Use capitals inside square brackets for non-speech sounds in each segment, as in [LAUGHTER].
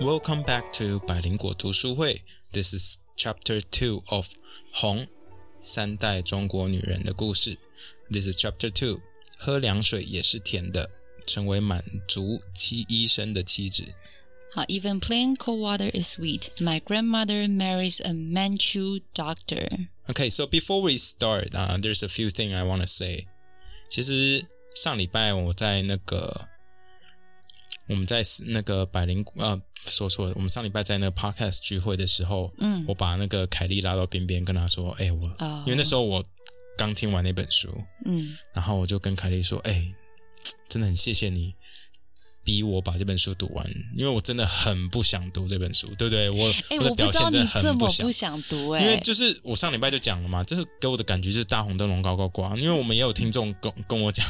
Welcome back to 百灵果读书会。This is Chapter Two of 红三代中国女人的故事。This is Chapter Two。喝凉水也是甜的，成为满族戚医生的妻子。好，Even plain cold water is sweet. My grandmother marries a Manchu doctor. Okay, so before we start, uh, there's a few thing I want to say. 其实上礼拜我在那个我们在那个百灵呃说错了，我们上礼拜在那个 podcast 聚会的时候，嗯我把那个凯莉拉到边边，跟她说：“哎、我、哦因为那时候我刚听完那本书，嗯，然后我就跟凯莉说：‘哎、真的很谢谢你。’”逼我把这本书读完，因为我真的很不想读这本书，对不对？我、哎，我我的不表知现道真你的很这么想不想读因为哎，就是我上礼拜就讲了嘛，这个给我的感觉就是大红灯笼高高挂。因为我们也有听众跟跟我讲，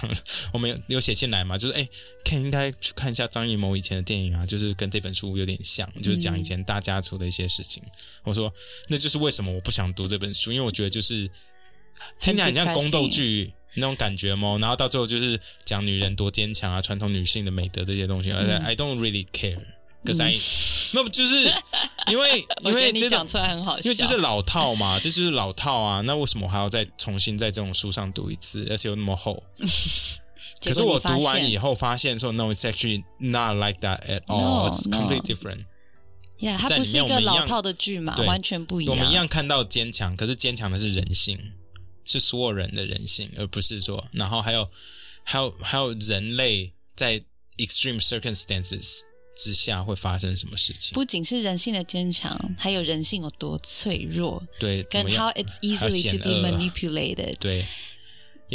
我们有有写信来嘛，就是哎，看应该去看一下张艺谋以前的电影啊，就是跟这本书有点像，就是讲以前大家族的一些事情。我说那就是为什么我不想读这本书，因为我觉得就是听起来很像宫斗剧。那种感觉嘛，然后到最后就是讲女人多坚强啊，传统女性的美德这些东西。而且嗯 I don't really care，可是 I，那不就是因为 [LAUGHS] 我因觉得为你这种讲出来很好笑，因为就是老套嘛，这就是老套啊。那为什么我还要再重新在这种书上读一次，而且又那么厚？可嗯结是果我你发现，读完以后发现说，no, it's actually not like that at all. No, It's no. completely different. 呀，它在不里是面我一个们一老样套的剧嘛，对完全不一我样。们一样看到坚强，可是坚强的是人性，是所有人的人性，而不是说，然后还有还有还有人类在 extreme circumstances 之下会发生什么事情？不仅是人性的坚强，还有人性有多脆弱，对，怎么跟 how 样？ it's 还有 easily 险 to be 恶 manipulated。对，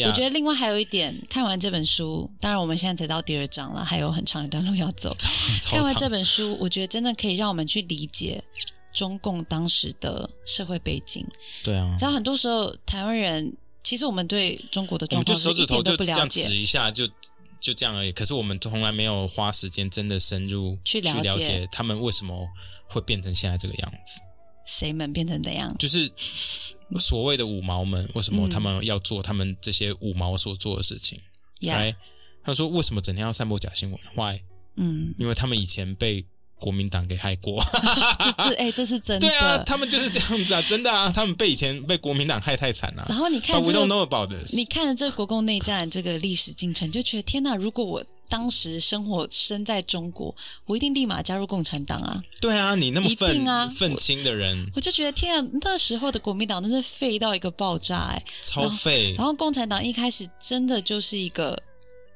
我觉得得另外还有一点，看完这本书，当然我们现在才到第二章了，还有很长一段路要 [LAUGHS] 走。看完这本书，我觉得真的可以让我们去理解中共当时的社会背景。对啊你知，道，很多时候台湾人其实我们对中国我的状们就况手是指一头点就都不这了样解指。一下，就就这样而已。可是我们从来没有花时间真的深入去了了解他们为什么会变成现在这个样子，谁们变成怎样？就是 [LAUGHS] 所谓的五毛们为什嗯么他们要做他们这些五毛所做的事情？呀、来、他说为什么整天要散播假新闻？Why？嗯，因为他们以前被国民党给害过。这这哎、这是真啊 [LAUGHS] 的。对啊，他们就是这样子啊，真的啊，他们被以前被国民党害太惨了、然后你 But 看 we 这 don't 个 know about this。你看了这个国共内战这个历史进程，就觉得天哪！如果我当时生活身在中国，我一定立马加入共产党啊！对啊，你那么一定愤啊愤青的人，我就觉得天啊，那时候的国民党真是废到一个爆炸哎、超废。然后共产党一开始真的就是一个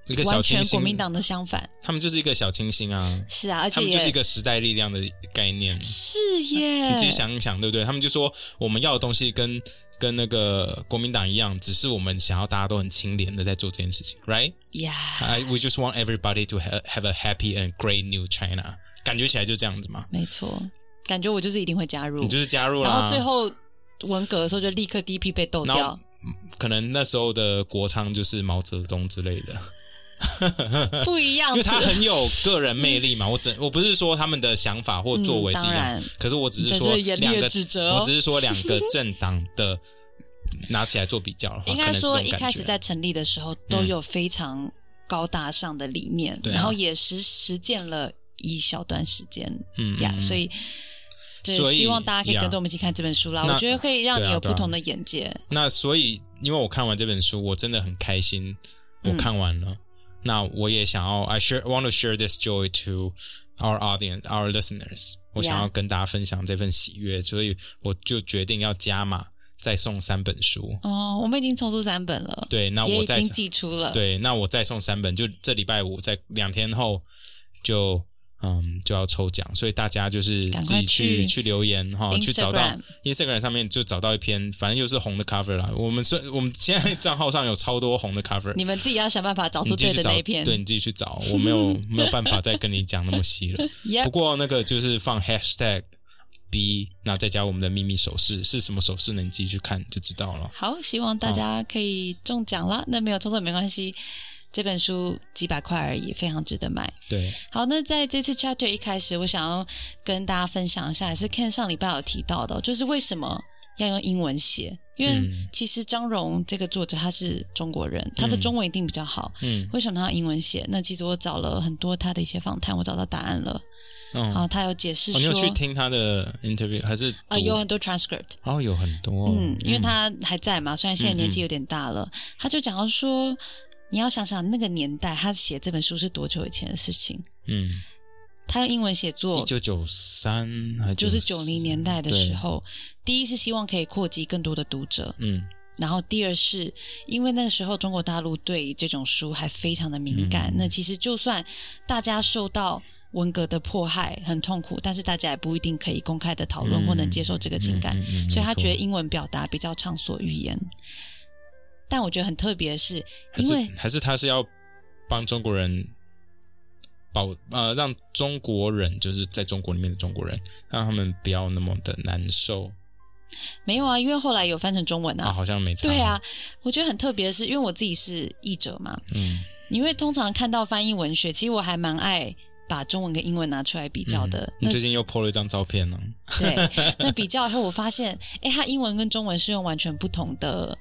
一个小完清全新，国民党的相反，他们就是一个小清新啊，是啊，而他且们也就是一个时代力量的概念。是耶你自己想一想，对不对？他们就说我们要的东西跟跟那个国民党一样，只是我们想要大家都很清廉的在做这件事情，right？呀， I we just want everybody to have have a happy and great new China。感觉起来就这样子嘛，没错，感觉我就是一定会加入你，就是加入然啦。后最后文革的时候就立刻第一批被斗然后掉，可能那时候的国昌就是毛泽东之类的。 [LAUGHS] 哦不一样因子，为他很有个人魅力 [LAUGHS] 嘛。我只我不是说他们的想法或作为是一嗯当样，然可是我只是这说是严厉的两个，指责哦我只是说两 [LAUGHS] 个政党的拿起来做比较的话，应啊可该能是说这一种感开始觉嗯在成立的时候都有非常高大上的理念，对啊然后也实实践了一小段时间，嗯呀嗯嗯所以。对，所以希望大家可以跟着呀我们一起看这本书啦。那我觉得可以让对你啊有对啊不同的眼界。那所以，因为我看完这本书，我真的很开心，我看完嗯了。那我也想要，I share want to share this joy to our audience, our listeners。我想要跟大家分享这份喜悦，所以我就决定要加码，再送三本书。哦，我们已经重出三本了，对，那也我已再经寄出了。对，那我再送三本，就这礼拜五，在两天后就嗯就要抽奖，所以大家就是赶自快己去去去留言哈，去找到 Instagram Instagram 上面就找到一篇，反正又是红的 cover 啦。我们虽我们现在账号上有超多红的 cover，你们自己要想办法找你出自己对去的找那一篇。对你自己去找，我没 [LAUGHS] 有没有办法再跟你讲那么细了。 Yep 不过那个就是放 hashtag。B，那再加我们的秘密手势是什么手势呢？你自己去看就知道了。好，希望大嗯家可以中奖啦。那没有中奖没关系，这本书几百块而已，非常值得买。对，好，那在这次 chapter 一开始，我想要跟大家分享一下，也是 Ken 上礼拜有提到的哦，就是为什么要用英文写，因为嗯其实张荣这个作者他是中国人，他的中文一定比较好。嗯为什么他要英文写？那其实我找了很多他的一些访谈，我找到答案了。嗯然后他有解释哦，你有去说，听他的 interview 还是？啊，有很多 transcript，哦，有很多哦，嗯嗯，因为他还在嘛，虽然现在年纪有点大了，他就讲到说，你要想想那个年代，他写这本书是多久以前的事情？嗯，他用英文写作一，九九三还就是94九零年代的时，候，第一是希望可以扩及更多的读者，对嗯然后第二是因为那个时候中国大陆对这种书还非常的敏感，嗯那其实就算大家受到。文革的迫害很痛苦，但是大家也不一定可以公开的讨论嗯或能接受这个情感，嗯嗯嗯所以他没错觉得英文表达比较畅所欲言。但我觉得很特别的是，还因为是还是他是要帮中国人保呃，让中国人就是在中国里面的中国人，让他们不要那么的难受没有啊，因为后来有翻成中文啊，好像没差对，啊，我觉得很特别的是，因为我自己是译者嘛，嗯你会通常看到翻译文学，其实我还蛮爱把中文跟英文拿出来比较的。你那最近又 po 了一张照片呢，对， [LAUGHS] 那比较以后我发现，哎，它英文跟中文是用完全不同的，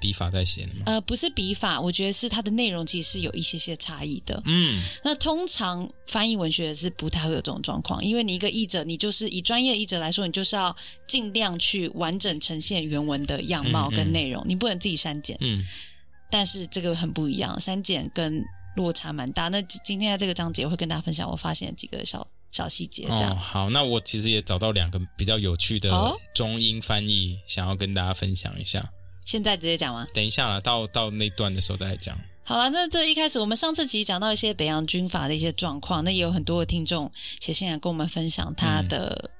笔法在写的嘛，呃，不是笔法，我觉得是它的内容其实是有一些些差异的。嗯，那通常翻译文学是不太会有这种状况，因为你一个译者，你就是以专业的译者来说，你就是要尽量去完整呈现原文的样貌嗯嗯跟内容，你不能自己删减。嗯，但是这个很不一样，删减跟落差蛮大。那今今天在这个章节我会跟大家分享我发现的几个小小细节，这哦，样、好，那我其实也找到两个比较有趣的哦中英翻译，想要跟大家分享一下。现在直接讲完。等一下啦，到到那段的时候再来讲。好了，那这一开始我们上次其实讲到一些北洋军阀的一些状况，那也有很多的听众写信来跟我们分享他的、嗯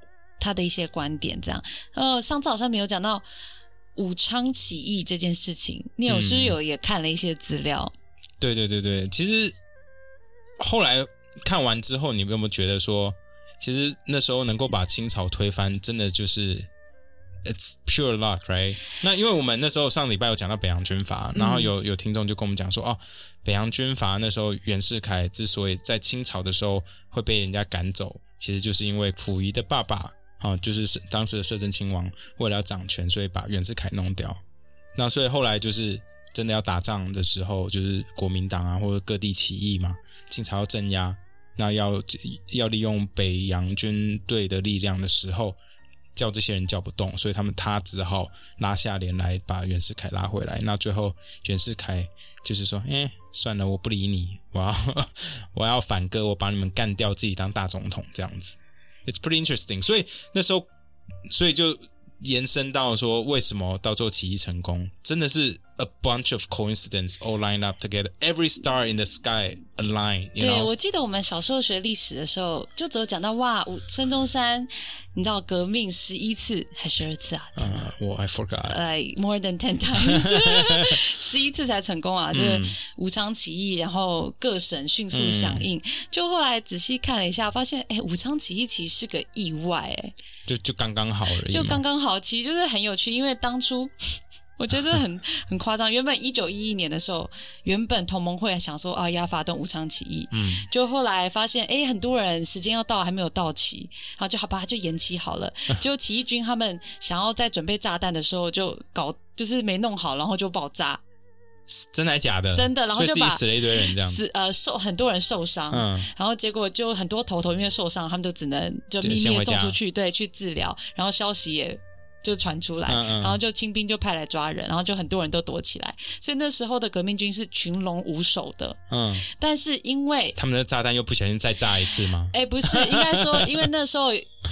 他的一些观点，这样。呃，上次好像没有讲到武昌起义这件事情，你有嗯是不是有也看了一些资料？对对对对，其实后来看完之后，你们有没有觉得说，其实那时候能够把清朝推翻，真的就是 it's pure luck，right？那因为我们那时候上礼拜有讲到北洋军阀，然后有有听众就跟我们讲说，哦，北洋军阀那时候袁世凯之所以在清朝的时候会被人家赶走，其实就是因为溥仪的爸爸。啊，就是是当时的摄政亲王为了要掌权，所以把袁世凯弄掉。那所以后来就是真的要打仗的时候，就是国民党啊或者各地起义嘛，清朝要镇压，那要要利用北洋军队的力量的时候，叫这些人叫不动，所以他们他只好拉下脸来把袁世凯拉回来。那最后袁世凯就是说，哎、算了，我不理你，我要 [LAUGHS] 我要反戈，我把你们干掉，自己当大总统这样子。It's pretty interesting。所以那时候，所以就延伸到说，为什么到最后起义成功，真的是 a bunch of coincidence all lined up together, every star in the sky aligned。对我记得我们小时候学历史的时候，就只有讲到哇，武孙中山，你知道革命十一次还是二次啊？呃，我 I forgot。 like more than ten times，十一次才成功啊！这武昌起义，然后各省迅速响应。就后来仔细看了一下，发现哎，武昌起义其实是个意外，哎，就就刚刚好而已嘛，就刚刚好，其实就是很有趣，因为当初。我觉得很很夸张。原本一九一一年的时候，原本同盟会想说啊要发动武昌起义，嗯，就后来发现，哎，很多人时间要到还没有到齐，然后就好吧，就延期好 [LAUGHS] 了。结果起义军他们想要在准备炸弹的时候就搞，就是没弄好，然后就爆炸，真的还假的？真的然所后以就自己把死了一堆人这样，死呃受很多人受伤。嗯，然后结果就很多头头因为受伤，他们就只能就对秘密先地回送家出去，对，去治疗。然后消息也就传出来，嗯嗯然后就清兵就派来抓人，然后就很多人都躲起来。所以那时候的革命军是群龙无首的，嗯，但是因为他们的炸弹又不小心再炸一次吗？哎，不是，应该说，因为那时候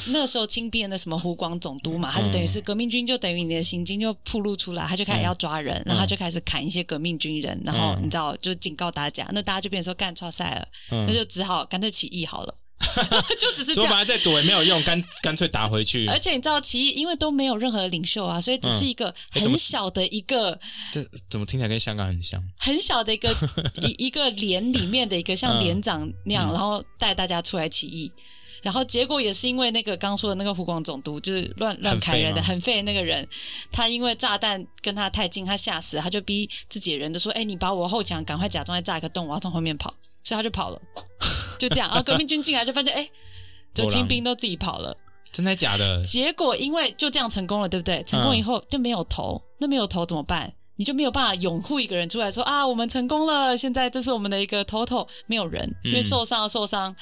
那时候清兵的什么湖广总督嘛，他就等于嗯是革命军，就等于你的行径就暴露出来，他就开始要抓人，然后他就开始砍一些革命军人，然后嗯你知道就警告大家，那大家就变成说干错赛了，嗯那就只好干脆起义好了， [LAUGHS] 就只是这所以样。反正再躲也没有用，干干脆打回去。而且你知道起义，因为都没有任何领袖啊，所以只是一个哎怎么很小的一个这怎么听起来跟香港很像？很小的一个一一个连里面的一个像连长那样，然后带大家出来起义。然后结果也是因为那个刚说的那个湖广总督，就是乱乱砍人的、很很废的那个人，他因为炸弹跟他太近，他吓死了，他就逼自己的人就说：“哎，你把我后墙赶快假装在炸一个洞，我要从后面跑。”所以他就跑了，就这样。然后革命军进来就发现，哎，就没人清兵都自己跑了。真的假的？嗯结果因为就这样成功了，对不对？成功以后就没有头，那没有头怎么办？你就没有办法拥护一个人出来说啊，我们成功了，现在这是我们的一个 total，没有人，因为嗯受伤的受伤，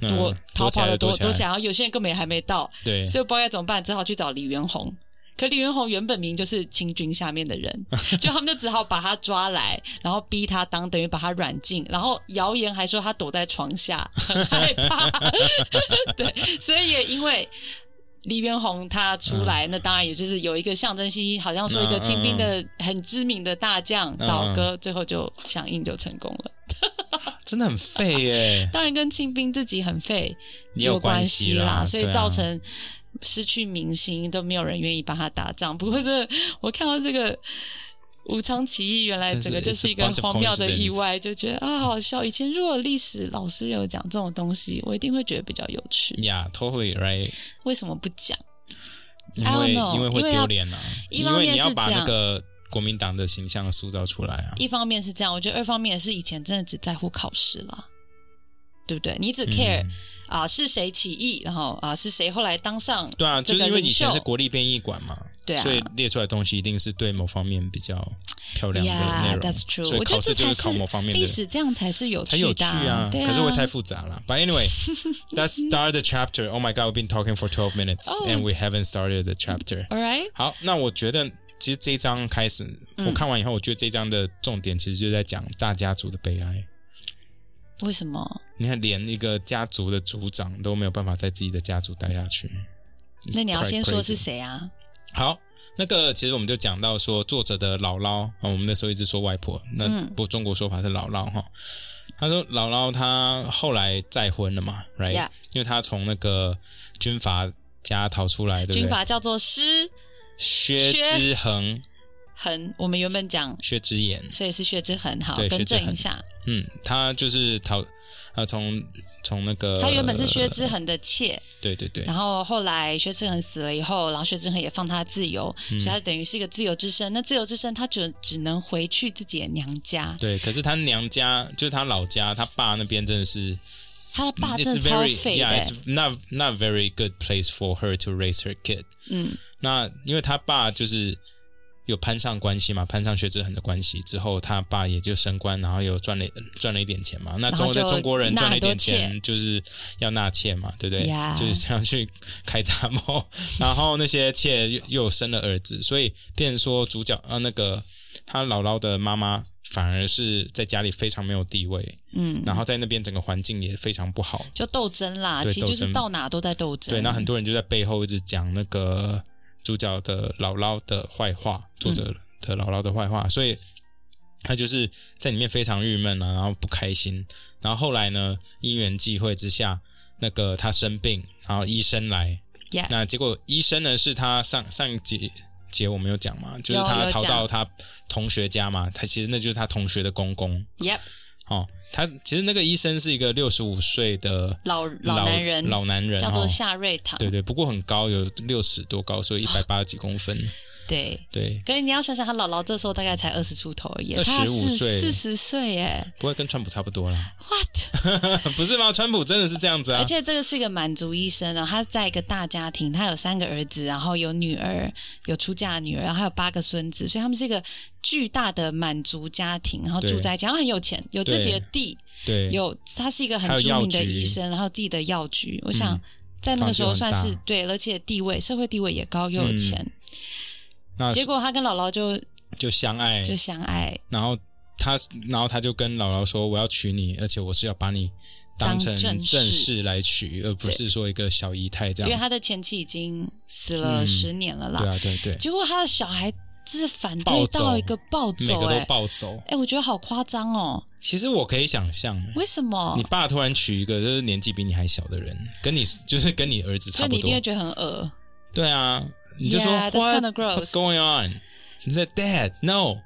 嗯躲、逃躲起跑来的的躲躲起来起来，然后有些人根本也还没到，对，所以不知道该怎么办，只好去找李元洪。可李元洪原本名就是清军下面 [LAUGHS] 的人，就他们就只好把他抓来，然后逼他当，等于把他软禁，然后谣言还说他躲在床下，很害 [LAUGHS] 怕。对，所以也因为李元洪他嗯出来，那当然也就是有一个象征性，好像说一个清兵的很知名的大将嗯倒戈，最后就响应就成功了。，真的很废耶当然跟清兵自己很废也有关关系啦啦，所以对啊造成失去民心，都没有人愿意帮他打仗。不过这我看到这个武昌起义，原来真是整个就是 it's a 一个 bunch of 荒谬的意外，就觉得啊好笑。以前如果历史老师有讲这种东西，我一定会觉得比较有趣。 ，Yeah，totally right，为什么不讲？嗯因 I don't 为 know，因为会因为要丢脸啊，一因方为面你要是把这那样个国民党的形象塑造出来啊，一方面是这样，我觉得二方面也是以前真的只在乎考试啦，对不对？你只 care 嗯啊、是谁起义，然后啊、是谁后来当上对啊，就这是个因为领以前袖是国立编译馆嘛，对啊所以列出来的东西一定是对某方面比较漂亮的内 Yeah, 容。 that's true. 所以我觉得考试这就才考某方面历的。史，这样才是有才趣有的趣啊、对啊。可是会太复杂了。But [LAUGHS] anyway, let's start the chapter. Oh my god, we've been talking for twelve minutes Oh. and we haven't started the chapter. All right，好，那我觉得其实这一章开始，嗯我看完以后，我觉得这一章的重点其实就在讲大家族的悲哀。为什么？你看，连一个家族的族长都没有办法在自己的家族待下去。It's 那你要 quite 先说 crazy 是谁啊？好，那个其实我们就讲到说，作者的姥姥啊、我们那时候一直说外婆，那嗯不中国说法是姥姥哈。他说姥姥她后来再婚了嘛，right？、 Yeah 因为她从那个军阀家逃出来，对军不对？阀叫做施薛薛之恒、恒，我们原本讲，薛之言，所以是薛之恒，好对更薛之正恒一下，嗯，他就是逃，呃，从从那个她原本是薛之恒的妾，对对呃对然后后来薛之恒死了以后，然后薛之恒也放他自由，嗯所以他等于是一个自由之身。那自由之身，他只只能回去自己的娘家，对，可是他娘家就是他老家，他爸那边真的是他的爸真嗯 It's 的超 very 废的、 yeah, it's not not very good place for her to raise her kid。嗯，那因为他爸就是有攀上关系嘛，攀上薛之恒的关系之后，他爸也就升官，然后有赚了赚了一点钱嘛。那中然后国就在中国人纳赚了很一多点钱就是要纳妾嘛，对不对 Yeah 就是这样去开杂贸，然后那些妾又又有生了儿子，所以变成说主角啊那个他姥姥的妈妈反而是在家里非常没有地位，嗯，然后在那边整个环境也非常不好，就斗争啦，对其实就斗是争到哪都在斗争。对，那很多人就在背后一直讲那个主角的姥姥的坏话，作者的嗯姥姥的坏话，所以他就是在里面非常郁闷啊，然后不开心。然后后来呢，因缘际会之下，那个他生病，然后医生来， Yeah 那结果医生呢是他上上一节节我们有讲嘛，就是有他有逃讲到他同学家嘛，他其实那就是他同学的公公 Yep，哦。他其实那个医生是一个六十五岁的老老男人老男人叫做哦夏瑞堂，对对，不过很高，有六尺多高，所以一百八十几公分。对。对，可是你要想想，他姥姥这时候大概才二十出头而已，他25四岁四十岁耶不会跟川普差不多啦，[LAUGHS]，what？不是吗？川普真的是这样子啊而。且这个是一个满族医生啊，他在一个大家庭，他有三个儿子，然后有女儿，有出嫁的女儿，然后还有八个孙子，所以他们是一个巨大的满族家庭，然后对住在一起，然后很有钱，有自己的地，对，有他是一个很还有著名的药局医生，然后自己的药局，我想嗯在那个时候房算子很大是对，而且地位社会地位也高，又有嗯钱，那结果他跟姥姥就就相爱，就相爱，然后他，然后他就跟姥姥说：“我要娶你，而且我是要把你当当成正正室室来娶，而不是说一个小姨太这因为样。他的前妻已经死了嗯十年了”啦。对啊，对对，结果他的小孩就是反对暴走到一个暴每走、个欸，都哎，暴走。我觉得好夸张哦！其实我可以想象，为什么你？爸突然娶一个就是年纪比你还小的人，跟你就是跟你儿子所差以不你一定多会，觉得很恶。对啊，你就说 Yeah, that's What kinda gross. what's going on？你在 Dad no，哦，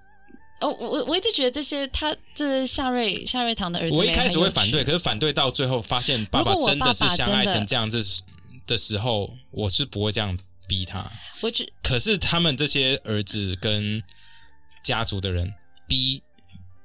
我我我一直觉得这些他这夏瑞夏瑞堂的儿子，我一开始会反对，。可是反对到最后发现爸如果我真爸的是爸相爱真的成这样子的时候，我是不会这样逼他。我觉可是他们这些儿子跟家族的人逼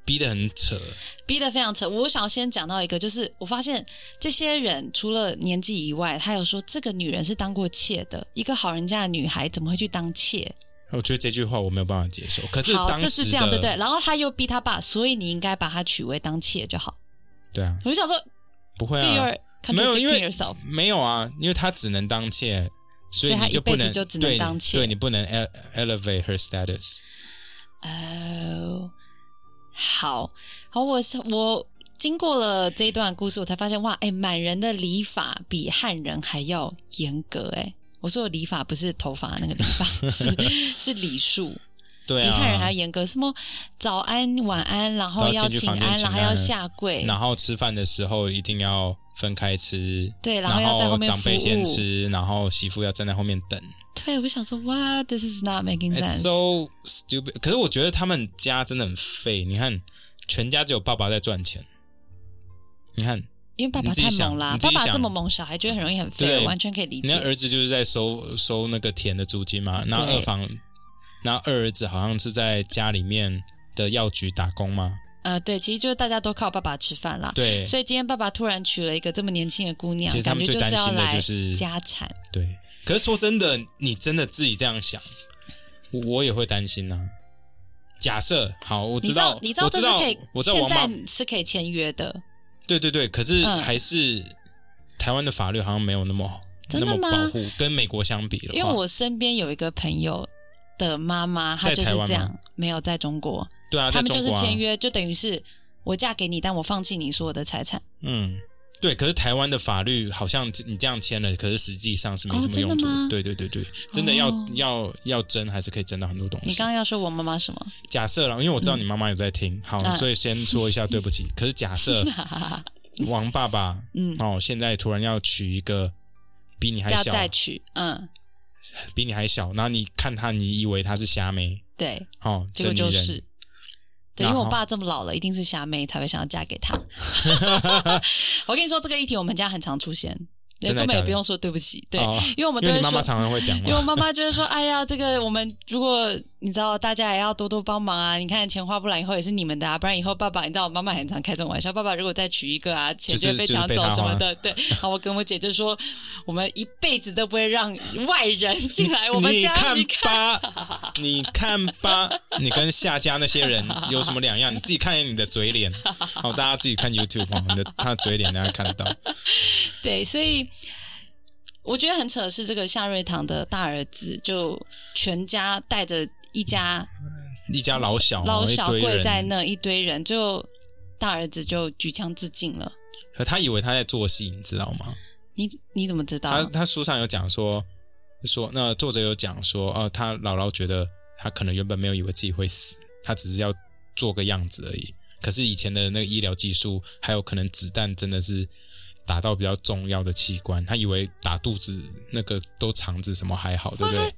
逼得很扯，逼得非常扯。我想要先讲到一个，就是我发现这些人除了年纪以外，他有说这个女人是当过妾的，一个好人家的女孩怎么会去当妾？我觉得这句话我没有办法接受。可是好，当这时是的这样对不对？然后他又逼他爸，所以你应该把他娶为当妾就好。对啊，我就想说，不会 y o u r 啊，没有因 contradicting 为 yourself。没有啊，因为她只能当妾，所所以她你就不一辈能子就只能对当妾你对你不能 ele- elevate her status。哦，好，好，我是我经过了这一段故事，我才发现哇，哎，满人的礼法比汉人还要严格哎。我说的礼法不是头发那个礼 [LAUGHS] 法，是是礼数，对比汉人还啊要，严格。什么早安、晚安，然后都要要进去请房间安，请然后安要了下跪，然后吃饭的时候一定要分开吃，对然然后要在后面长辈服务先吃，然后媳妇要站在后面等。对，我就想说，What this is not making It's sense。 so stupid。可是我觉得他们家真的很废。你看，全家只有爸爸在赚钱。你看，因为爸爸你自太己想猛啦，你自爸己爸想这么猛，小孩就会很容易很废，对我完全可以理你看解。儿子就是在收收那个田的租金嘛，然后对二房，然后二儿子好像是在家里面的药局打工嘛。呃，对，其实就是大家都靠爸爸吃饭啦。对，所以今天爸爸突然娶了一个这么年轻的姑娘其，实他感们觉最就担要心的来就是家产。对。可是说真的，你真的自己这样想，我我也会担心呐、啊假设好，我你知知道，你知道我这知是道可以，，我知道现我妈在是可以签约的，对对对，可是嗯还是、台湾的法律好像没有那么真那的么吗保护，跟美国相比的话，因为我身边有一个朋友的妈妈，她在就是台湾这样吗，没有在中国，对啊，他在们就中是国、啊、签约，就等于是我嫁给你，但我放弃你所有的财产。嗯，对。可是台湾的法律好像你这样签了，可是实际上是没哦什么用真处。的吗对对对对，真的要、哦要要争，还是可以争到很多东西。你刚刚要说我妈妈什么？假设了，因为我知道你妈妈有在听，好，嗯啊所以先说一下对不 [LAUGHS] 起。可是假设啊王爸爸，嗯哦，现在突然要娶一个比你还要小，再娶，嗯，比你还小，然后你看他，你以为他是虾妹，对，哦，结的果女就人是，对，因然为后我爸这么老了，一定是虾妹才会想要嫁 [LAUGHS] 给他。我跟你说，这个议题我们家很常出现，对，真的根本假也的不用说对不起，对，哦 [LAUGHS] 因为我们因都为会你妈妈说。常常会讲因为我嘛，妈妈就会说：“哎呀，这个我们如果你知道，大家也要多多帮忙啊！你看钱花不来，以后也是你们的啊，不然以后爸爸，你知道我妈妈很常开这种玩笑，爸爸如果再娶一个啊，钱就是会被抢就是被走他什么的。对，好，我跟我姐就说，我们一辈子都不会让外人进来我们你家。看你 [LAUGHS] 吧，你看吧，你跟夏家那些人有什么两样？你自己看你的嘴脸，好，大家自己看 YouTube 哦，你的他的嘴脸大家看得到，对，所以我觉得很扯的是，这个夏瑞堂的大儿子就全家带着一家一家老小哦，老小一堆跪人在那一堆人，就大儿子就举枪自尽了。可他以为他在做戏，你知道吗？你你怎么知他道？他书上有讲说说，那作者有讲说，哦、他姥姥觉得他可能原本没有以为自己会死，他只是要做个样子而已。可是以前的那个医疗技术，还有可能子弹真的是打到比较重要的器官，他以为打肚子那个都肠子什么还好，对不对 What？？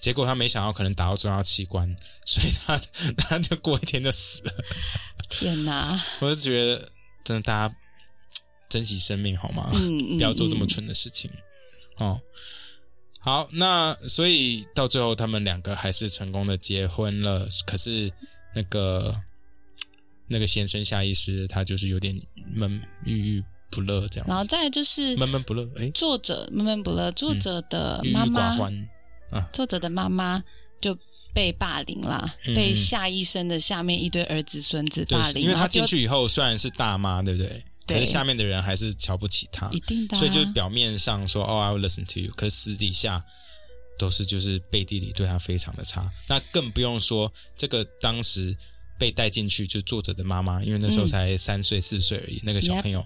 结果他没想到可能打到重要器官，所以他 [LAUGHS] 他就过一天就死了。 [LAUGHS] 天哪！我就觉得，真的大家珍惜生命好吗？ [LAUGHS] 嗯，嗯不要做这么嗯蠢的事情。哦，好，那所以到最后他们两个还是成功的结婚了，可是那个那个先生夏医师他就是有点闷郁郁不乐这然样后子，再来就是闷闷不乐，哎，作者闷闷不乐，作者的郁郁妈妈寡，欢，作者的妈妈就。被霸凌啦，嗯被嗯夏医生的下面一堆儿子孙子霸对，凌，因为然他后就进去以后虽然是大妈，对不对？可对是下面的人还是瞧不起他一，定的啊、所以就是表面上说哦，I will listen to you，可是私底下都是就是背地里对他非常的差。那更不用说这个当时被带进去就是作者的妈妈，因为那时候嗯才三岁四岁而已，那个小 Yep 朋友，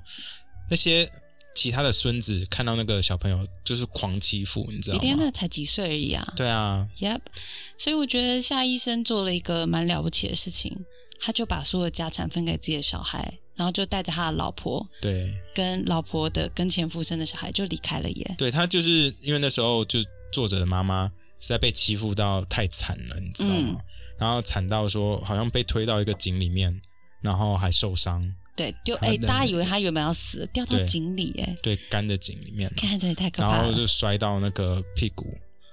那些其他的孙子看到那个小朋友就是狂欺负，你知道一天吗？那才几岁而已啊，对啊， Yep，所以我觉得夏医生做了一个蛮了不起的事情，他就把所有家产分给自己的小孩，然后就带着他的老婆对跟老婆的跟前夫生的小孩就离开了耶。对，他就是因为那时候就作者的妈妈实在被欺负到太惨了，你知道吗？嗯然后惨到说好像被推到一个井里面，然后还受伤。对，就他哎、的大家以为他原本要死，掉到对井里哎，对干的井里面，看这也太可然怕后了。就摔到那个屁股，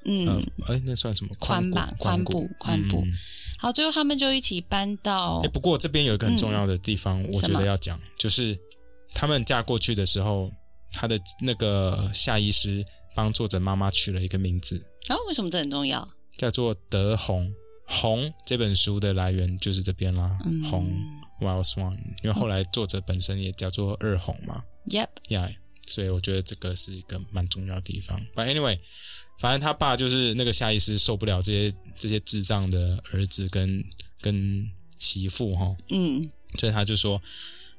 嗯嗯，，哎，那算什么？髋吧髋髋骨部，髋部嗯好，最后他们就一起搬到哎，不过这边有一个很重要的地方，我觉嗯什么得要讲，就是他们嫁过去的时候，他的那个夏医师帮作者妈妈取了一个名字，啊，为什么这很重要？叫做《德宏》。红这本书的来源就是这边啦，嗯红 Wild Swan，因为后来作者本身也叫做二红嘛， Yep，呀、所以我觉得这个是一个蛮重要的地方。But anyway，反正他爸就是那个下意识受不了这些这些智障的儿子跟跟媳妇哈，嗯所以他就说：“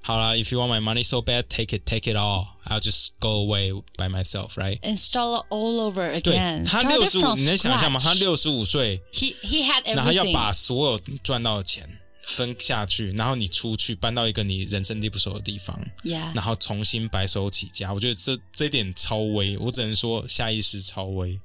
好啦，If you want my money so bad, take it, take it all. I'll just go away by myself, right？” ，install all over 对 again。他 started 六十五， from 你能想象吗？他 scratch 六十五岁， ，he he had 然后要 everything。把所有赚到的钱分下去，然后你出去搬到一个你人生地不熟的地方， Yeah，然后重新白手起家。我觉得这这一点超威，我只能说下意识超威。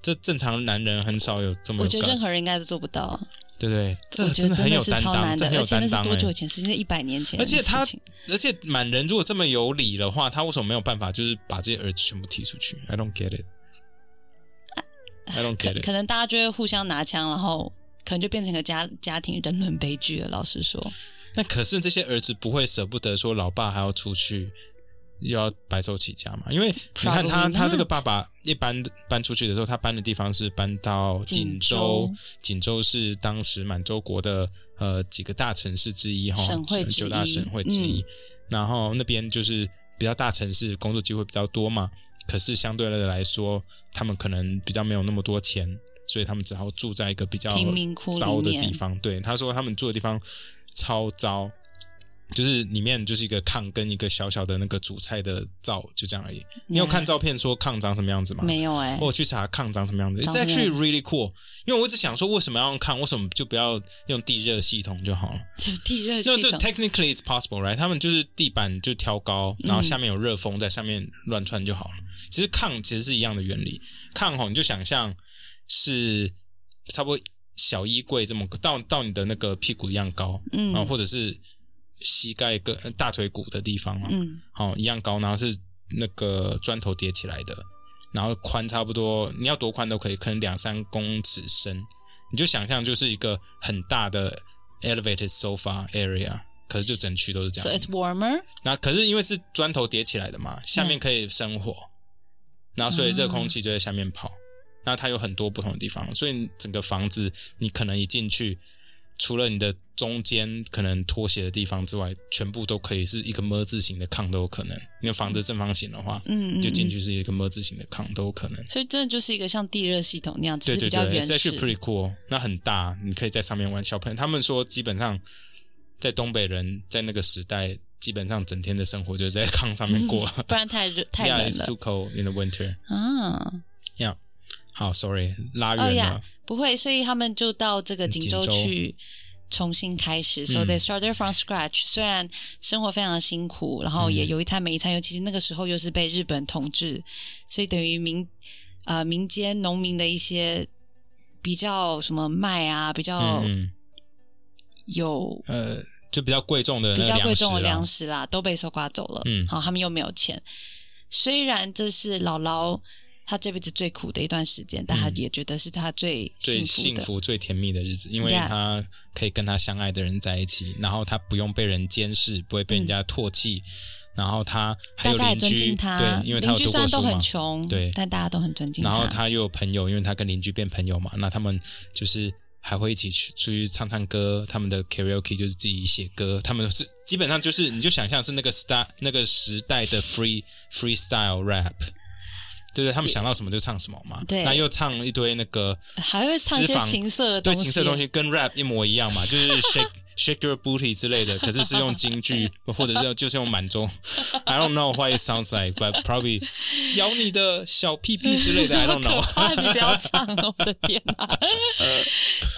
这正常男人很少有这么我有觉得任何 guts，人应该都做不到。对不对？这我觉呃真得的很有是担超当，难这的，很而有且那担是当、多久欸。前？是那一百年前而的事情。且他而且满人如果这么有理的话，他为什么没有办法就是把这些儿子全部踢出去？I don't get it. I don't 可 get it. 可能大家就会互相拿枪，然后可能就变成个家家庭人伦悲剧了。老实说，那可是这些儿子不会舍不得说老爸还要出去，又要白手起家嘛？因为你看他 Probably 他这个 not 爸爸一搬搬出去的时候，他搬的地方是搬到锦锦州州，锦州是当时满洲国的呃几个大城市之一哈，省会之一嗯九大省会之一。然后那边就是比较大城市，工作机会比较多嘛。可是相对的来说，他们可能比较没有那么多钱，所以他们只好住在一个比较贫民窟里糟的面地方。对，他说他们住的地方超糟，就是里面就是一个炕跟一个小小的那个煮菜的灶，就这样而已。你有看照片说炕长什么样子吗？哦没有哎、我去查炕长什么样子。It's 长什么 actually 样 really cool，因为我一直想说为什么要用炕，为什么就不要用地热系统就好了。就地热那系就统 technically it's possible, right？他们就是地板就挑高，然后下面有热风在下面乱窜就好了。其实炕其实是一样的原理，炕吼你就想象是差不多小衣柜这么到到你的那个屁股一样高，嗯啊，或者是膝盖跟呃大腿骨的地方嘛，嗯好、一样高，然后是那个砖头叠起来的，然后宽差不多，你要多宽都可以，可能两三公尺深，你就想象就是一个很大的 elevated sofa area，可是就整区都是这，so 样 it's。warmer。那可是因为是砖头叠起来的嗯嘛，下面可以生火，然后所以热空气就在下面跑。嗯那它有很多不同的地方，所以整个房子你可能一进去，除了你的中间可能拖鞋的地方之外，全部都可以是一个么字形的炕都有可能。你的房子正方形的话，嗯嗯就进嗯去是一个么字形的炕都有可能。所以真的就是一个像地热系统那样，对只是对比较对原，it's 始 actually。pretty cool。那很大，你可以在上面玩。小朋友他们说，基本上在东北人在那个时代，基本上整天的生活就是在炕上面过。 [LAUGHS] 不然太热太 yeah, 冷 it's 了 too cold in the winter. 啊！ Yeah，好，sorry，拉哦远呀了。，不会，所以他们就到这个锦州锦州去重新开始。So 嗯 they started from scratch。虽然生活非常辛苦，嗯然后也有一餐没一餐，尤其是那个时候又是被日本统治，所以等于民呃民间农民的一些比较什么麦啊，比较嗯有嗯，呃，就比较贵重的那比个较贵粮食重的啦粮食啦，都被收刮走了。嗯好，他们又没有钱。虽然这是姥姥她这辈子最苦的一段时间，但她也觉得是她最嗯最幸福幸的。福、最甜蜜的日子，因为 Yeah 他可以跟他相爱的人在一起，然后他不用被人监视，不会被人家唾弃，然后他还嗯大有家也邻尊居，敬她，对，因为他邻有居读过虽然都书嘛很，穷，对但大家都很尊敬然后她他又有朋友，因为他跟邻居变朋友嘛，那他们就是还会一起去出去唱唱歌，他们的 karaoke 就是自己写歌，他们是基本上就是你就想象是那个 star 那个时代的 free freestyle rap，对不对？他们想到什么就唱什么嘛，对那又唱一堆那个还会唱一私些房情色的对东西，情色的东西跟 rap 一模一样嘛，就是 shake。Shake [LAUGHS] your booty 之类的，可是是用京 [LAUGHS] 剧，或者是就是用满洲。I don't know why it sounds like, but [LAUGHS] probably 咬你的小屁屁之类的。I don't know 好可。怕！你不要唱了，我的天哪！ [LAUGHS]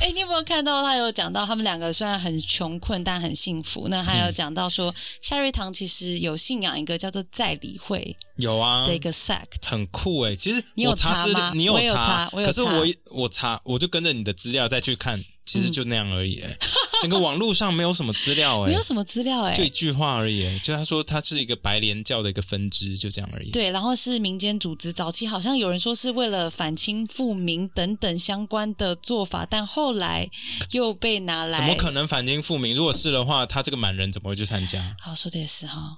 哎、你有没有看到他有讲到他们两个虽然很穷困，但很幸福？那还有讲到嗯说，夏瑞堂其实有信仰一个叫做再理会有啊，的一个 sect，、很酷哎、其实你有我查查资料，吗你我有查查，我有可是查嗯我一我查，我就跟着你的资料再去看，其实就那样而已、欸。整个网络上没有什么资料哎、 [LAUGHS] 没有什么资料哎、就一句话而已、欸，就他说他是一个白莲教的一个分支，就这样而已。对，然后是民间组织，早期好像有人说是为了反清复明等等相关的做法，但后来又被拿来怎么可能反清复明？如果是的话，他这个满人怎么会去参加？好说的也是哈、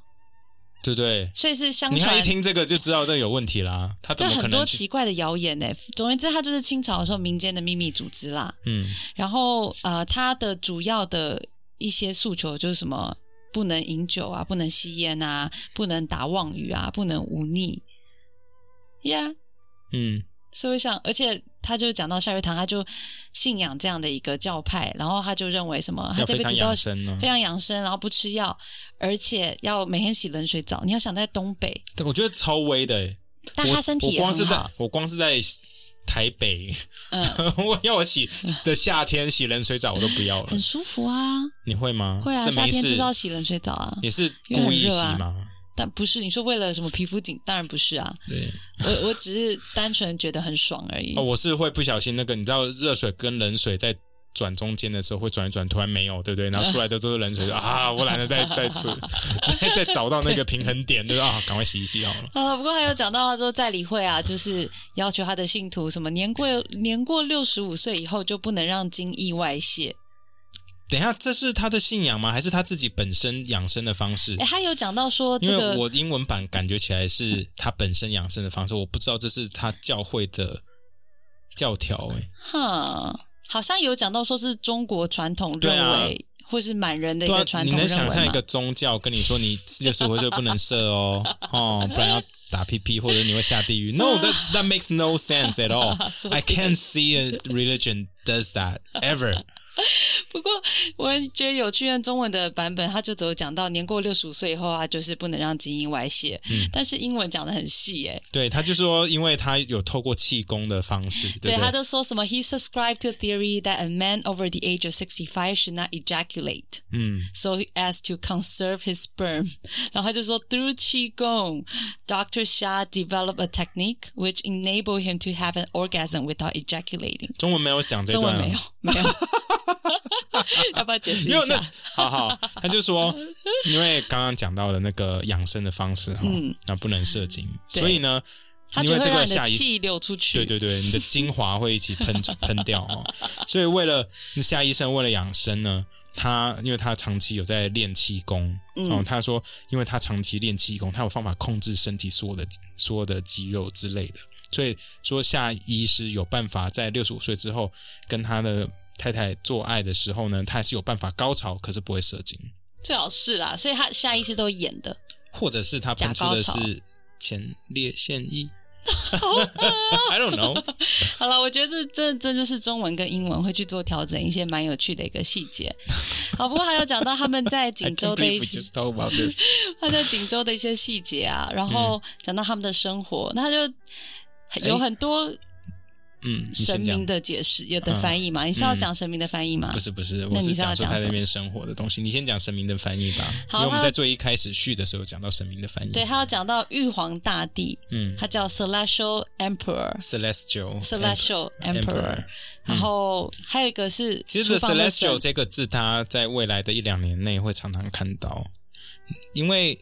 对不对？所以是相你看一传。听这个就知道这有问题啦，他就怎么可很能多去？奇怪的谣言呢、总而言之，它就是清朝的时候民间的秘密组织啦。嗯然后呃，它的主要的一些诉求就是什么不能饮酒啊，不能吸烟啊，不能打妄语啊，不能忤逆。Yeah，嗯社会上，而且他就讲到夏瑞堂，他就信仰这样的一个教派，然后他就认为什么，他要这非常辈子都要养生呢、非常养生，然后不吃药，而且要每天洗冷水澡。你要想在东北，但我觉得超危的、欸，但我他身体我也光是很在好，我光是在台北，嗯， [LAUGHS] 我要我 [LAUGHS] 洗的夏天洗冷水澡我都不要了很。舒服啊。你会吗？会啊，嗯这夏没天事就是要洗冷水澡啊。你是故意因为很洗热啊吗？但不是你说为了什么皮肤紧，当然不是啊。对，我我只是单纯觉得很爽而已。哦，我是会不小心那个，你知道热水跟冷水在转中间的时候会转一转，突然没有，对不对？然后出来的都是冷嗯水，就啊，我懒得再再 [LAUGHS] 出再再找到那个平衡点，就是啊，赶快洗一洗好了。好了，不过还有讲到他说在理会啊，就是要求他的信徒什么年过年过六十五岁以后就不能让精液外泄。等一下，这是他的信仰吗？还是他自己本身养生的方式哎，？他有讲到说因这为个我英文版感觉起来是他本身养生的方式，我不知道这是他教会的教条、欸。哼，好像有讲到说是中国传统对认啊为，或是满人的一对个啊，传你统能认想象为一嘛个。宗教跟你说你六十五岁不能射哦， [LAUGHS] 哦，不然要打屁屁或者你会下地狱？No, that that makes no sense at [LAUGHS] all. I can't see a religion does that [LAUGHS] ever. 不过我觉得有趣，因为中文的版本他就只有讲到年过六十五岁以后啊，就是不能让精液外泄。嗯但是英文讲的很细耶、对，他就说，因为他有透过气功的方式，对对，不他对？就说什么 He subscribed to a theory that a man over the age of sixty five should not ejaculate。嗯， so as to conserve his sperm. [LAUGHS] 然后他就说，through qi gong, Dr. Xia developed a technique which enabled him to have an orgasm without ejaculating. 中文没有讲这中段文啊、[LAUGHS] 没有，没有， [LAUGHS] 要不要解释因一为那下？好好，他就说， [LAUGHS] 因为刚刚讲到的那个养生的方式哈，那、不能射精，嗯对所以呢，它因就为会这让个你的下一气流出去。对对对，你 [LAUGHS] 的精华会一起喷出喷掉哦。所以为了夏医生为了养生呢，他因为他长期有在练气功，嗯、哦，他说因为他长期练气功，他有方法控制身体所有的所有的肌肉之类的，所以说夏医师有办法在六十五岁之后跟他的太太做爱的时候呢，他还是有办法高潮，可是不会射精，最好是啦。所以他下意识都演的，或者是他喷出的假高是前列腺 [LAUGHS] 液。I don't know。好了，我觉得这这这就是中文跟英文会去做调整一些蛮有趣的一个细节。好，不过还有讲到他们 [LAUGHS] 在 I 锦 can't 州的 believe 一 we 些 just talk about this。他在锦州的一些细节啊，然后嗯讲到他们的生活，那他就有很多嗯，你神先讲明。的解释，有的翻译嘛。你是要讲神明的翻译吗不？是不是，那我你是是要讲说讲他在什那么边生活的东西。你先讲神明的翻译吧，因好为我们那在最一开始序的时候讲到神明的翻译。对，他要讲到玉皇大帝，嗯他叫 Celestial Emperor。 ，celestial，celestial。 Celestial Emperor 嗯 Emperor，然后还有一个是其实厨房的神 celestial 这个字，它在未来的一两年内会常常看到，因为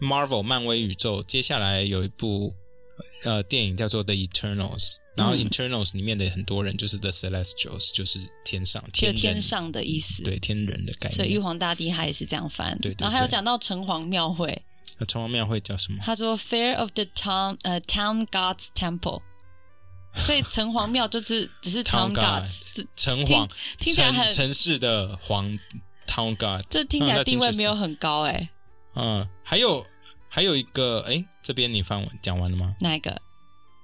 Marvel 漫威宇宙接下来有一部呃电影叫做 The Eternals，然嗯后 Eternals 里面的很多人就是 The Celestials，就是天上就天天人，上的意思。对天人的概所以玉念。皇大帝他也是这样翻对对。然后还有对讲到城隍庙会，那城隍庙会叫什么？他说 “Fair of the town，呃、town gods temple”，所以城隍庙就是只 [LAUGHS] 是 Town town gods gods，只城隍，听听起来城很城市的皇 town god，这听起来地位没有嗯很高哎、嗯，还有还有一个，哎，这边你放讲完了吗？哪一个？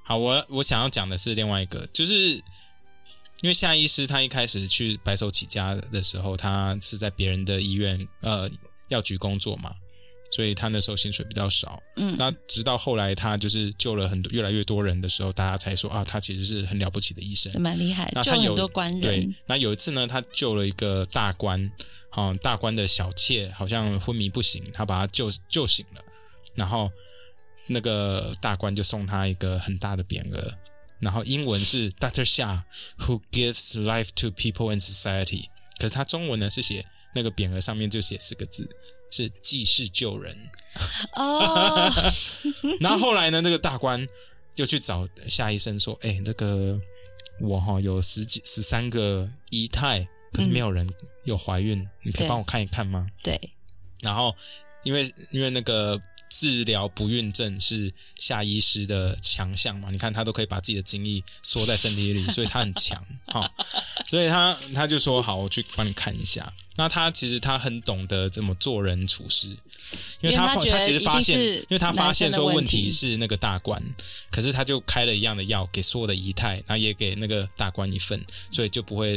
好，我我想要讲的是另外一个，就是因为夏医师他一开始去白手起家的时候，他是在别人的医院呃药局工作嘛，所以他那时候薪水比较少。嗯那直到后来他就是救了很多越来越多人的时候，大家才说啊，他其实是很了不起的医生。蛮厉害那，就他有很多官对 [LAUGHS] 人，，那有一次呢，他救了一个大官，好、大官的小妾好像昏迷不醒，他把他救救醒了，然后那个大官就送他一个很大的匾额，然后英文是 Doctor Xia Who Gives Life to People and Society，可是他中文呢是写那个匾额上面就写四个字。是济世救人，哦， [LAUGHS] 然后后来呢，这个大官又去找夏医生说：“哎、那个我哈、有十几十三个姨太，可是没有人有怀孕，你可以对帮我看一看吗对，？”然后因为因为那个治疗不孕症是夏医师的强项嘛，你看他都可以把自己的精力缩在身体里，所以他很 [LAUGHS] 强哈、所以他他就说好，我去帮你看一下。那他其实他很懂得怎么做人处事，因为他因为他觉得其实发一定现，是因为他发现说男生的问问题题是那个大官，可是他就开了一样的药给所有的仪态，然后也给那个大官一份，所以就不会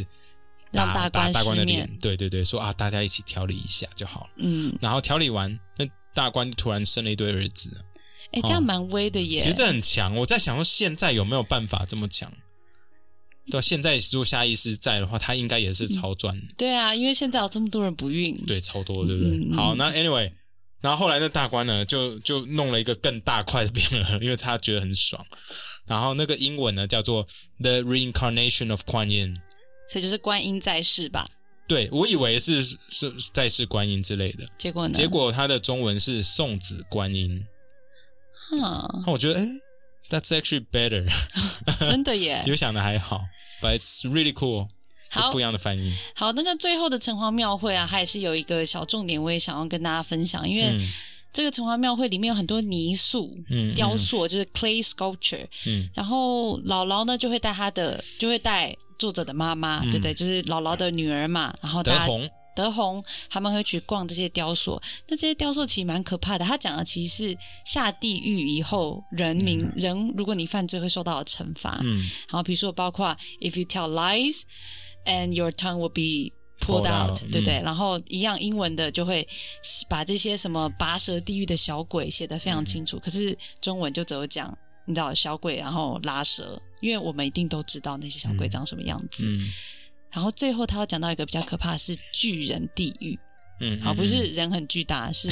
打让大打官大官的失脸眠。对对对，说啊，大家一起调理一下就好了。嗯，然后调理完，那大官突然生了一堆儿子，哎、这样蛮威的耶。哦其实这很强。我在想说，现在有没有办法这么强？对啊，现在如果夏医师在的话，他应该也嗯是超赚，对啊，因为现在有这么多人不孕，对，超多，对不对？嗯嗯嗯好，那 anyway，然后后来那大官呢，就就弄了一个更大块的变额，因为他觉得很爽。然后那个英文呢叫做 The Reincarnation of Kuan Yin，所以就是观音在世吧。对我以为是是是在世观音之类的，结果呢？结果它的中文是送子观音。哈，那我觉得，哎，That's actually [LAUGHS] better，真的耶 [LAUGHS] 比。我想的还好，But it's really cool，好不一样的翻译。好，那个最后的城隍庙会啊，它也是有一个小重点，我也想要跟大家分享，因为嗯这个城隍庙会里面有很多泥塑。嗯，雕塑就是 clay sculpture，嗯，然后姥姥呢就会带她的，就会带作者的妈妈，对不对，就是姥姥的女儿嘛。然后嗯德大家宏，德宏他们会去逛这些雕塑，那这些雕塑其实蛮可怕的。他讲的其实是下地狱以后，人民、人如果你犯罪会受到的惩罚。嗯然后比如说包括 if you tell lies and your tongue will be pulled Pulled out， out，嗯对不对？然后一样英文的就会把这些什么拔舌地狱的小鬼写得非常清嗯楚，可是中文就只有讲你知道小鬼然后拉舌，因为我们一定都知道那些小鬼长什么样子。嗯然后最后他要讲到一个比较可怕的是巨人地狱，嗯，好，嗯不是人很巨大，是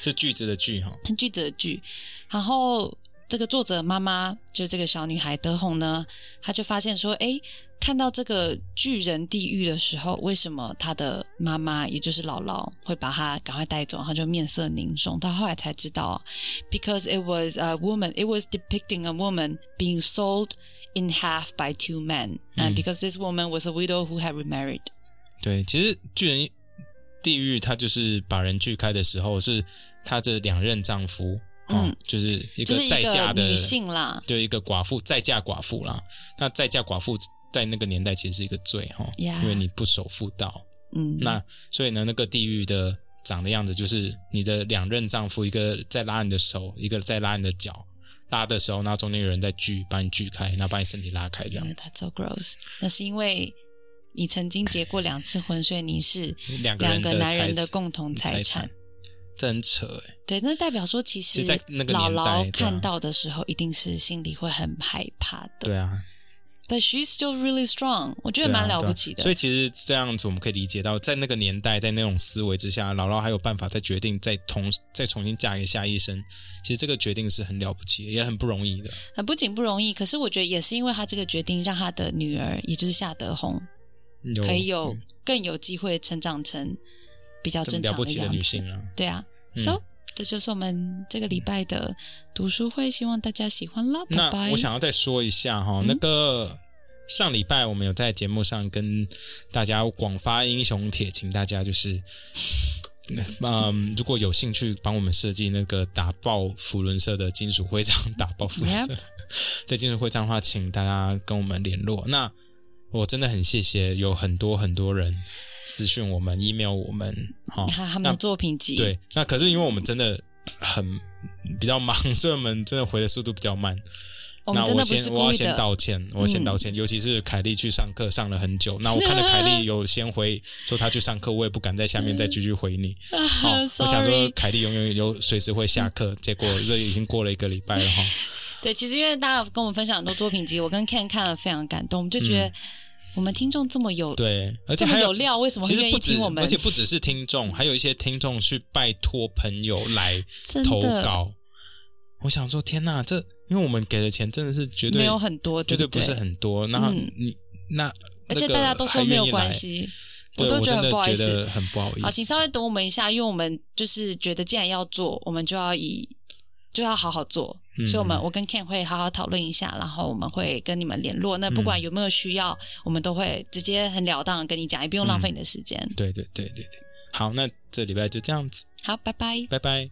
是句子的句哈，很巨子的巨。然后这个作者的妈妈，就这个小女孩德宏呢，她就发现说，诶，看到这个巨人地狱的时候，为什么她的妈妈，也就是姥姥，会把她赶快带走？然后就面色凝重。到后来才知道，because it was a woman, it was depicting a woman being sold in half by two men, Mm. and because this woman was a widow who had remarried. 对，其实巨人地狱，它就是把人锯开的时候，是她的两任丈夫，哦嗯就是一就是个一再个嫁的女性啦对一个寡妇再嫁寡妇啦。那再嫁寡妇在那个年代其实是一个罪哈 Yeah 因为你不守妇道。嗯，那所以呢，那个地狱的长的样子就是你的两任丈夫，一个在拉你的手，一个在拉你的脚。拉的时候，那中间有人在锯，把你锯开，然后把你身体拉开，这样 Yeah, That's so gross。那是因为你曾经结过两次婚，所以你是两个两人个的男财人的产共同财产。，真扯哎、对，那代表说其实其实在那个姥年代对姥啊看到的时候，一定是心里会很害怕的。对啊， But she's still really strong，我觉对得啊蛮了对啊不起的。所以其实这样子，我们可以理解到，在那个年代，在那种思维之下，姥姥还有办法再决定再重再重新嫁给夏医生。其实这个决定是很了不起的，也很不容易的。很不仅不容易，可是我觉得也是因为她这个决定，让她的女儿，也就是夏德红，哦有可以有更有机会成长成比较嗯这么正了常不起的样女子。性啊。对啊、嗯 s o 这就是我们这个礼拜的读书会，希望大家喜欢啦，拜拜。那我 [LAUGHS] 想要再说一下哈、那个上礼拜我们有在节目上跟大家广发英雄帖，请大家就是。 [LAUGHS] 嗯，如果有兴趣帮我们设计那个打爆福伦社的金属徽章，打爆福伦社 Yep [LAUGHS] 对金属徽章的话，请大家跟我们联络。那我真的很谢谢有很多很多人私讯我们、email 我们，哈、他他们那的作品集，对，那可是因为我们真的很比较忙，所以我们真的回的速度比较慢。我那们哦真的我不是先我故要意先的。嗯道歉，我要先道歉，尤其是凯莉去上课上了很久，那我看了凯莉有先回说她去上课，我也不敢在下面再继续回 [LAUGHS] 你。好、我想说啊 Sorry，凯莉永远有随时会下课，结果这已经过了一个礼拜了哈。对，其实因为大家跟我们分享很多作品集，我跟 Ken 看了非常感动，我们就觉得我们听众这么有嗯对，而且这么还有。料，为什么会其实愿不意止听我，们而？且不只是听众，还有一些听众去拜托朋友来真投的稿。我想说，天哪，这因为我们给的钱真的是绝对没有很多，绝对对不是，对很多。那嗯你那而且那个大家都说还没有愿意关来系，对都我觉真的得很不好觉意思得。很不好意思。好，请稍微等我们一下，因为我们就是觉得既然要做，我们就要以就要好好做，嗯所以我们我跟 Ken 会好好讨论一下，然后我们会跟你们联络。嗯那不管有没有需要，我们都会直接很了当地跟你讲，也嗯不用浪费你的时间。对对对对对，好，那这礼拜就这样子，好，拜拜。拜拜。